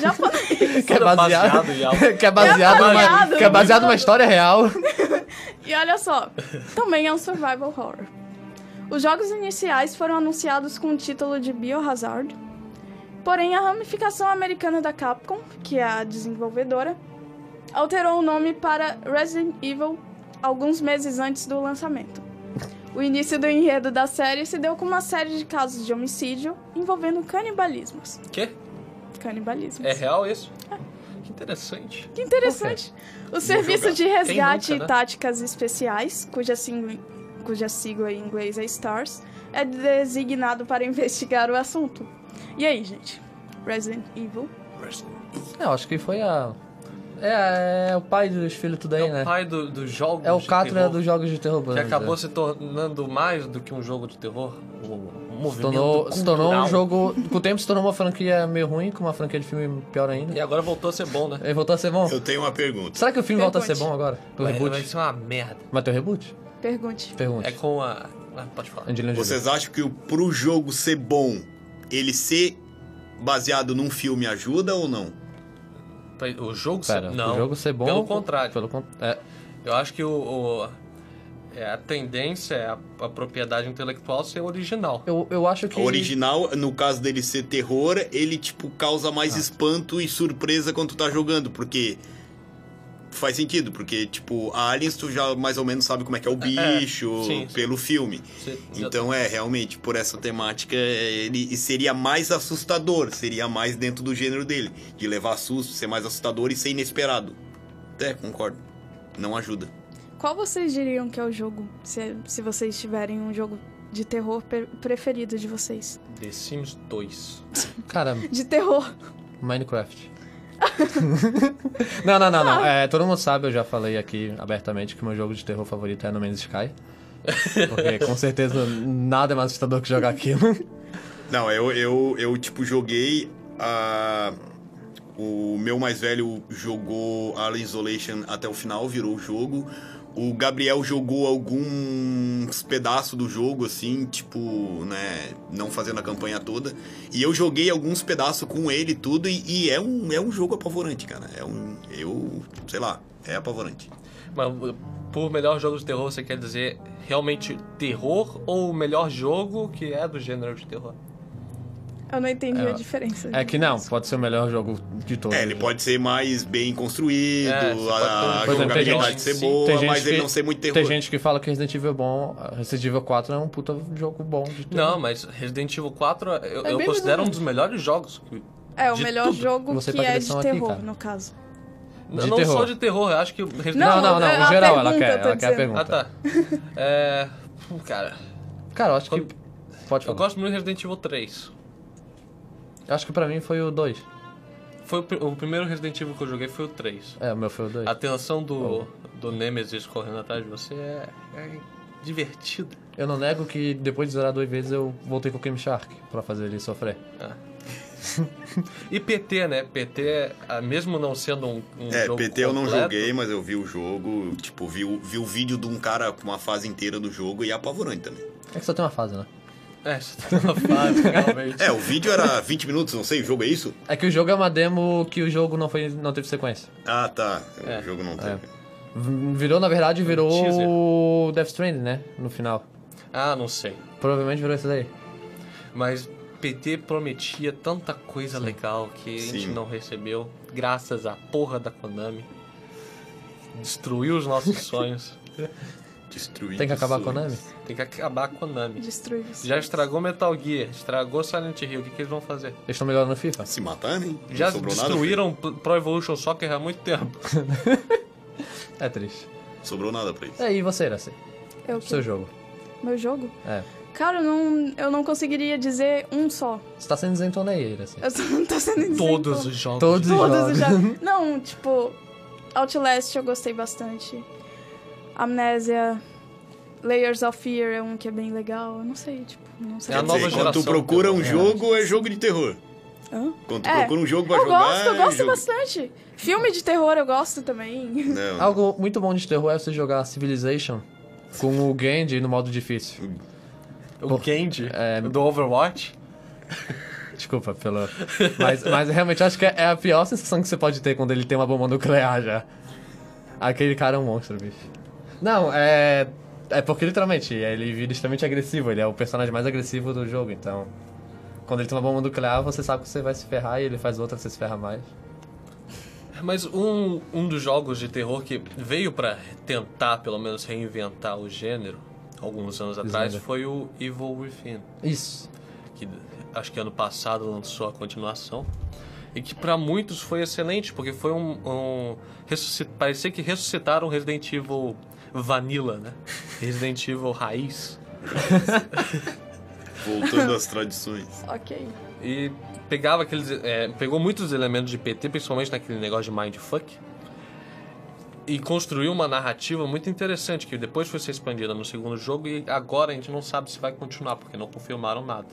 japonês.
Que é baseado,
baseado em algo.
que é baseado, numa-
baseado.
que é baseado numa história real.
E olha só, também é um survival horror. Os jogos iniciais foram anunciados com o título de Biohazard, porém a ramificação americana da Capcom, que é a desenvolvedora, alterou o nome para Resident Evil alguns meses antes do lançamento. O início do enredo da série se deu com uma série de casos de homicídio envolvendo canibalismos.
Quê?
Canibalismos.
É real isso?
É.
Que interessante.
Que interessante. O Serviço
jogar.
de
Quem
Resgate
nunca, né?
e Táticas Especiais, cuja, sing- cuja sigla em inglês é STARS, é designado para investigar o assunto. E aí, gente? Resident Evil.
É, eu acho que foi a. É, é o pai dos filhos tudo aí,
é
né?
o pai do- dos jogos
É o
de
Catra
terror
dos jogos de terror.
Que
vamos
acabou
dizer.
se tornando mais do que um jogo de terror. Um
é.
um
se
movimento
tornou, se tornou
cultural.
um jogo. Com o tempo se tornou uma franquia meio ruim, com uma franquia de filme pior ainda.
E agora voltou a ser bom, né?
Ele voltou a ser bom?
Eu tenho uma pergunta.
Será que o filme volta a ser
Pergunte.
bom agora? O
Vai, vai
reboot?
ser uma merda.
Vai ter o reboot?
Pergunte.
Pergunta.
É com a... Ah, pode falar.
Angelina Jolie.
Vocês acham que o- pro jogo ser bom, ele ser baseado num filme ajuda ou não?
O jogo... ser-
Pera,
não.
o jogo ser bom.
Pelo contrário.
Pelo con- é,
Eu acho que o... o- é, a tendência é a, a propriedade intelectual ser original.
eu, eu acho que.
O original, no caso dele ser terror, ele, tipo, causa mais espanto e surpresa quando tu tá jogando, porque... Faz sentido, porque, tipo, a Aliens tu já mais ou menos sabe como é que é o bicho
sim, sim.
pelo filme.
Você-
Então é, realmente, por essa temática, ele seria mais assustador, seria mais dentro do gênero dele. De levar susto, ser mais assustador e ser inesperado. É, concordo. Não ajuda.
Qual vocês diriam que é o jogo, se, se vocês tiverem um jogo de terror pre- preferido de vocês?
The Sims 2.
Cara,
De terror.
Minecraft. não, não, não, não. É, todo mundo sabe, eu já falei aqui abertamente que meu jogo de terror favorito é No Man's Sky. Porque com certeza nada é mais assustador que jogar aquilo.
Não, eu, eu, eu tipo, joguei a... O meu mais velho jogou Alien Isolation até o final, virou o jogo. O Gabriel jogou alguns pedaços do jogo, assim, tipo, né, não fazendo a campanha toda. E eu joguei alguns pedaços com ele e tudo, e, e é, um, é um jogo apavorante, cara. É um. Eu. sei lá, é apavorante.
Mas uh, por melhor jogo de terror, você quer dizer realmente terror ou o melhor jogo que é do gênero de terror?
Eu não entendi a diferença.
É que não, pode ser o melhor jogo de todos.
É, ele pode ser mais bem construído,
É, você pode ter um-
a, a
Por exemplo, tem
jogabilidade
gente-
ser
sim,
boa, mas ele não ser muito terror.
Tem gente que fala que Resident Evil é bom, Resident Evil 4 é um puta jogo bom de terror.
Não, mas Resident Evil 4 eu,
É
eu
bem mais
considero
ou
um dos melhores jogos. que-
É, o
de
melhor
tudo.
jogo
Você
que
pra
é de
direção aqui,
terror,
cara.
no caso.
Não,
De
não
terror.
só de terror, eu acho que Resident
Não,
não, não,
é
no
a
geral ela
pergunta,
quer,
eu tô
ela quer a
dizendo.
pergunta.
Ah, tá. É. pô, Cara,
Cara, eu acho que. Pode
eu
falar.
gosto muito de Resident Evil 3.
Eu acho que pra mim foi o 2.
Foi o, pri- o primeiro Resident Evil que eu joguei foi o 3.
É, o meu foi o 2.
A tensão do, do Nemesis correndo atrás de você é, é divertida.
Eu não nego que depois de zerar duas vezes eu voltei com o Game Shark pra fazer ele sofrer.
Ah. e PT, né? PT, ah, mesmo não sendo um, um
É,
jogo
PT eu não
completo,
joguei, mas eu vi o jogo, tipo, vi, o- vi o vídeo de um cara com uma fase inteira do jogo e é apavorante também.
É que só tem uma fase, né?
É, você tá numa fase, realmente.
É, o vídeo era 20 minutos, não sei, o jogo é isso?
É que o jogo é uma demo que o jogo não, foi, não teve sequência.
Ah, tá,
É.
o jogo não teve.
V- Virou, na verdade, virou
Um teaser.
o Death Stranding, né? No final.
Ah, não sei.
Provavelmente virou isso daí.
Mas PT prometia tanta coisa legal que a gente
Sim.
não recebeu, graças à porra da Konami. Destruiu os nossos sonhos.
Destruído.
Tem que acabar a
sonhos.
Konami?
Tem que acabar a Konami.
Destruir vocês.
Já estragou Metal Gear, estragou Silent Hill, o que, que eles vão fazer?
Eles estão melhorando no FIFA?
Se matar, né? Não
Já
sobrou nada,
destruíram Pro Evolution Soccer há muito tempo.
É triste.
pra ele. Sobrou nada pra eles.
É, e você, Iracê?
Eu,
Seu jogo.
É Meu jogo?
É.
Cara, eu não, eu não conseguiria dizer um só.
Você tá sendo isentona aí, Iracê.
Eu só não tô sendo isento.
Todos os jogos.
Todos os
Todos
jogos.
já. Não, tipo, Outlast eu gostei bastante. Amnésia, Layers of Fear é um que é bem legal. Eu não sei, tipo, não sei.
É a
Quer
nova
dizer,
geração
Quando tu procura um
também, né?
jogo, é jogo de terror.
Hã?
Quando tu
É.
procura um jogo
Tá
pra
Eu
jogar.
gosto, eu
é
gosto
jogo.
bastante. Filme de terror eu gosto também.
Não.
Algo muito bom de terror é você jogar Civilization com o Genji no modo difícil.
O Genji
É.
do Overwatch.
Desculpa pelo. Mas, mas realmente eu acho que é a pior sensação que você pode ter quando ele tem uma bomba nuclear já. Aquele cara é um monstro, bicho. Não, é. É porque literalmente ele vira extremamente agressivo, ele é o personagem mais agressivo do jogo, então. Quando ele tem uma bomba nuclear, você sabe que você vai se ferrar e ele faz outra, você se ferra mais.
Mas um, um dos jogos de terror que veio pra tentar, pelo menos, reinventar o gênero, alguns anos atrás,
Snyder.
foi o Evil Within,
Isso.
que acho que ano passado lançou a continuação. E que pra muitos foi excelente, porque foi um. um ressusci- parecia que ressuscitaram Resident Evil Vanilla, né? Resident Evil Raiz.
Voltando às tradições.
Ok.
E pegava aqueles. é, pegou muitos elementos de PT, principalmente naquele negócio de mindfuck. E construiu uma narrativa muito interessante, que depois foi ser expandida no segundo jogo e agora a gente não sabe se vai continuar, porque não confirmaram nada.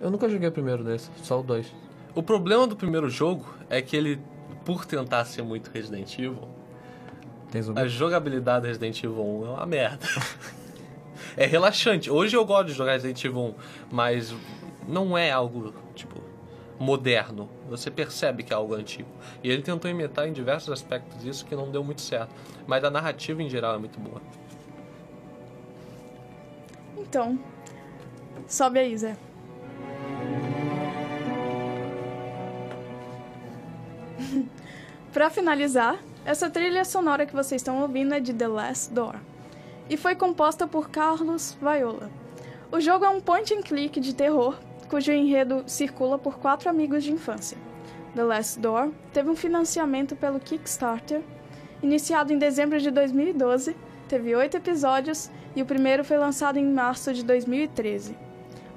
Eu nunca joguei o primeiro desse, só o dois.
O problema do primeiro jogo é que ele, por tentar ser muito Resident Evil,
Tem zumbi.
a jogabilidade do Resident Evil 1 é uma merda. é relaxante. Hoje eu gosto de jogar Resident Evil 1, mas não é algo, tipo, moderno. Você percebe que é algo antigo. E ele tentou imitar em diversos aspectos isso que não deu muito certo. Mas a narrativa em geral é muito boa.
Então, sobe aí, Zé. Pra finalizar, essa trilha sonora que vocês estão ouvindo é de The Last Door e foi composta por Carlos Viola. O jogo é um point and click de terror cujo enredo circula por quatro amigos de infância. The Last Door teve um financiamento pelo Kickstarter, iniciado em dezembro de 2012, teve oito episódios e o primeiro foi lançado em março de 2013.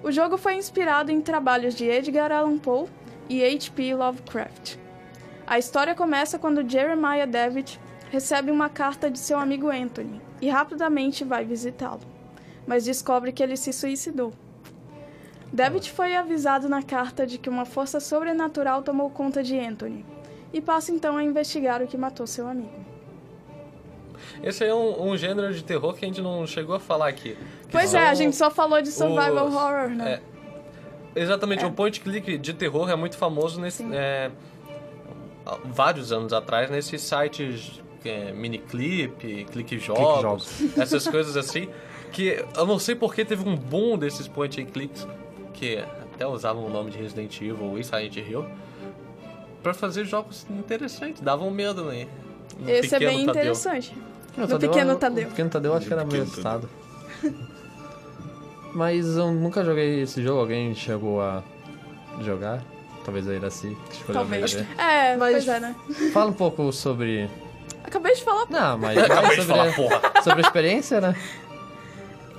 O jogo foi inspirado em trabalhos de Edgar Allan Poe e H.P. Lovecraft. A história começa quando Jeremiah David recebe uma carta de seu amigo Anthony e rapidamente vai visitá-lo, mas descobre que ele se suicidou. David foi avisado na carta de que uma força sobrenatural tomou conta de Anthony e passa então a investigar o que matou seu amigo.
Esse aí é um, um gênero de terror que a gente não chegou a falar aqui. Que
Pois
são
é, a gente só falou de survival
os-
horror, né?
é. exatamente, o point click de terror é muito famoso nesse, é, há vários anos atrás nesses sites é, miniclip, clique jogos, essas coisas assim. Que eu não sei porque teve um boom desses point and clicks que até usavam o nome de Resident Evil e Silent Hill pra fazer jogos interessantes, davam medo, né? No
Esse é
pequeno
bem
Tadeu.
interessante.
Não,
No
Tadeu,
pequeno
eu-
Tadeu.
O pequeno Tadeu eu acho que era meio
Pequeno Tadeu.
assustado. Mas eu nunca joguei esse jogo, alguém chegou a jogar? Talvez a Iraci, que escolheu
Talvez.
bem,
É,
Mas-
pois é, né?
né? Fala um pouco sobre.
Acabei de falar.
Não, mas.
Acabei de
sobre,
falar, porra.
sobre a experiência, né?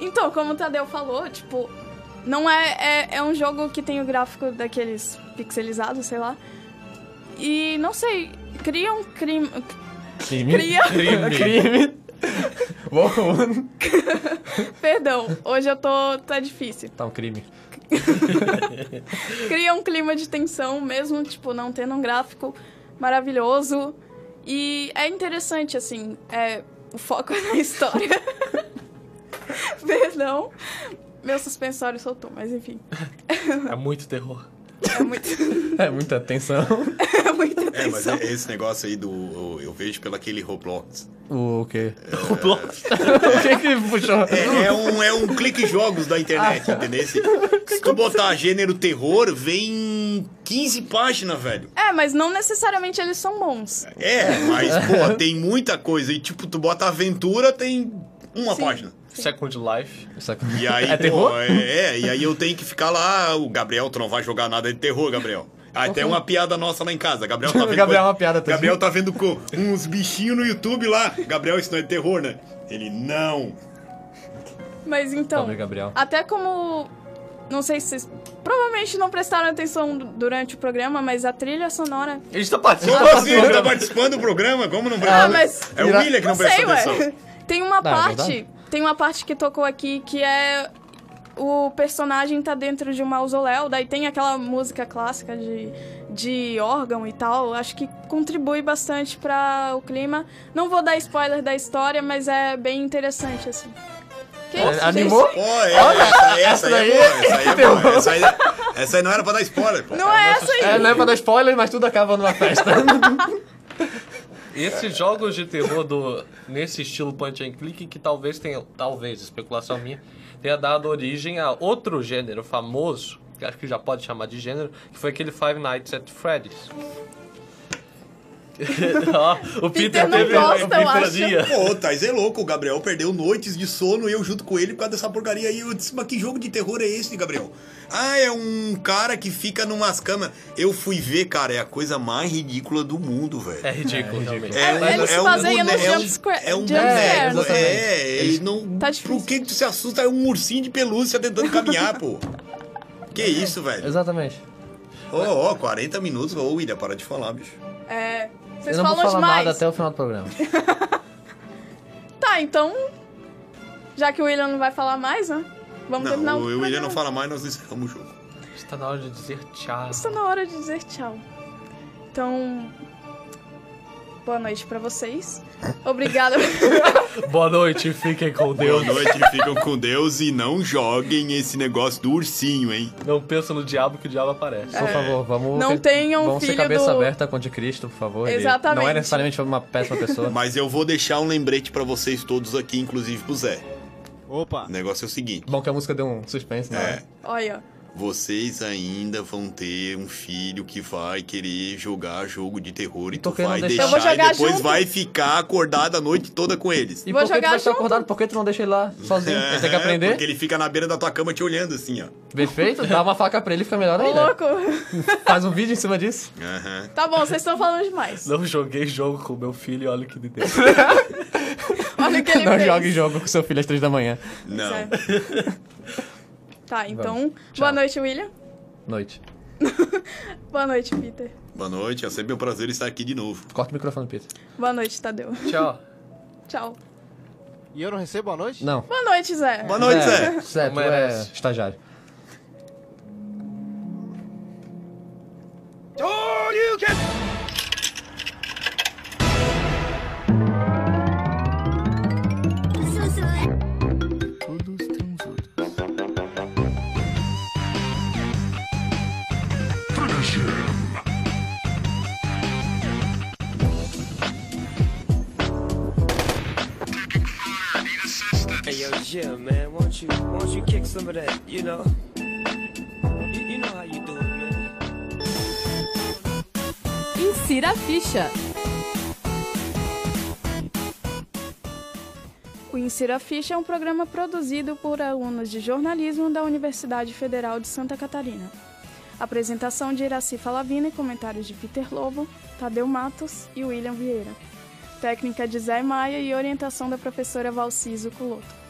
Então, como o Tadeu falou, tipo, não é, é. É um jogo que tem o gráfico daqueles pixelizados, sei lá. E não sei, cria um crime.
Crime.
Cria.
Crime. Uou.
Perdão, hoje eu tô. tá difícil.
Tá um crime.
cria um clima de tensão, mesmo, tipo, não tendo um gráfico maravilhoso. E é interessante, assim, é, o foco é na história. Perdão, meu suspensório soltou, mas enfim,
É muito terror.
é muito,
É muita tensão.
é muita
É, mas
tensão.
é esse negócio aí do. Eu, eu vejo pelo aquele Roblox.
O quê?
Roblox.
O que que puxou?
É, é um, é um clique jogos da internet,
Ah.
entendeu? Se se tu botar gênero terror, vem 15 páginas, velho.
É, mas não necessariamente eles são bons.
um- É, mas, pô, tem muita coisa. E, tipo, tu bota aventura, tem uma
Sim.
página.
Second Life.
Saco-
E aí,
é
pô,
terror?
é, é, e aí eu tenho que ficar lá. O Gabriel, tu não vai jogar nada de terror, Gabriel. Ah, Até uma piada nossa lá em casa. Gabriel tá
O
vendo.
Gabriel é
coisa-
uma piada, tá
Gabriel tá vendo co- uns bichinhos no YouTube lá. Gabriel, isso não é terror, né? Ele, não.
Mas então,
Pobre Gabriel.
até como. Não sei se vocês provavelmente não prestaram atenção durante o programa, mas a trilha sonora.
A gente tá partindo.
Como assim? Ele tá participando do programa? Como não
Ah,
vai?
mas.
É o William que não, presta atenção.
Tem uma
Não, é
parte.
verdade.
tem uma parte que tocou aqui que é. O personagem tá dentro de um mausoléu, daí tem aquela música clássica de, de órgão e tal. Acho que contribui bastante pra o clima. Não vou dar spoiler da história, mas é bem interessante, assim. Que isso, gente?
Animou?
Pô, é, essa, essa, aí é boa, essa aí é boa. Essa aí, essa aí não era pra dar spoiler, pô.
Não é essa aí.
É, não é pra dar spoiler, mas tudo acaba numa festa.
Esses jogos de terror do, nesse estilo punch and click que talvez tenha, talvez, especulação minha, tenha dado origem a outro gênero famoso, que acho que já pode chamar de gênero, que foi aquele Five Nights at Freddy's. Ó, o Peter,
Peter não
teve
gosta,
o
eu
Peter
acho.
dia.
Pô, o Thais é louco, o Gabriel perdeu noites de sono e eu junto com ele por causa dessa porcaria aí. Eu disse, mas que jogo de terror é esse, Gabriel? Ah, é um cara que fica numas camas. Eu fui ver, cara, é a coisa mais ridícula do mundo, velho.
É ridículo, realmente.
É,
um-
eles
um
baseiam
boneco-
nos
é um-
jumpscare-
É um
jumpscare,
boneco,
né?
é. Eles não.
Tá difícil.
Por que que tu se assusta? É um ursinho de pelúcia tentando caminhar, pô. Que isso, velho?
Exatamente.
Ô, ô, 40 minutos. Ô, William, para de falar, bicho.
É, vocês
Eu não vou
falam
falar
demais.
nada até o final do programa.
Tá, então. Já que o William não vai falar mais, né? Vamos
Não,
terminar
o William não
programa.
fala mais, nós encerramos o jogo.
Está na hora de dizer tchau.
Está Tá na hora de dizer tchau. Então. Boa noite pra vocês. Obrigada.
Boa noite, fiquem com Deus.
Boa noite, ficam com Deus e não joguem esse negócio do ursinho, hein?
Não pensa no diabo que o diabo aparece.
Por favor, vamos.
É, Não tenham
vamos ser
filho
cabeça
do-
aberta com o de Cristo, por favor. Ele Não
Exatamente.
é necessariamente uma péssima pessoa.
Mas eu vou deixar um lembrete pra vocês todos aqui, inclusive pro Zé.
Opa!
O negócio é o seguinte:
Bom que a música deu um suspense, né?
É.
Olha,
vocês ainda vão ter um filho que vai querer jogar jogo de terror e tu
Porque não
vai
deixa-
Eu vou
deixar e
jogar
depois
junto.
vai ficar acordado a noite toda com eles.
E
Vou
por que tu
jogar
vai estar
junto.
acordado? Por que tu não deixa ele lá sozinho? Ele tem que
É,
aprender.
Porque ele fica na beira da tua cama te olhando assim, ó.
Perfeito? Dá uma faca pra ele e fica melhor
ô
ainda.
louco.
Faz um vídeo em cima disso.
Aham.
Tá bom, vocês estão falando demais.
Não joguei jogo com meu filho, olha o que me deu.
Olha o que ele
Não
fez. É.
jogue jogo com seu filho às três da manhã.
Não.
Tá, então.
Tchau.
Boa noite, William.
Noite.
Boa noite, Peter.
Boa noite, é sempre um prazer estar aqui de novo.
Corta o microfone, Peter.
Boa noite, Tadeu.
Tchau.
Tchau.
E eu não recebo a noite?
Não.
Boa noite, Zé.
Boa noite, Zé.
Zé, tu é
Merece.
estagiário.
Hey yo, Jim, man, won't you, won't you kick some of that, you know? You, you know how you do it, man.
Insira a ficha.
O Insira Ficha é um programa produzido por alunos de jornalismo da Universidade Federal de Santa Catarina. Apresentação de Iraci Falavina e comentários de Peter Lobo, Tadeu Matos e William Vieira. Técnica de Zé Maia e orientação da professora Valciso Culoto.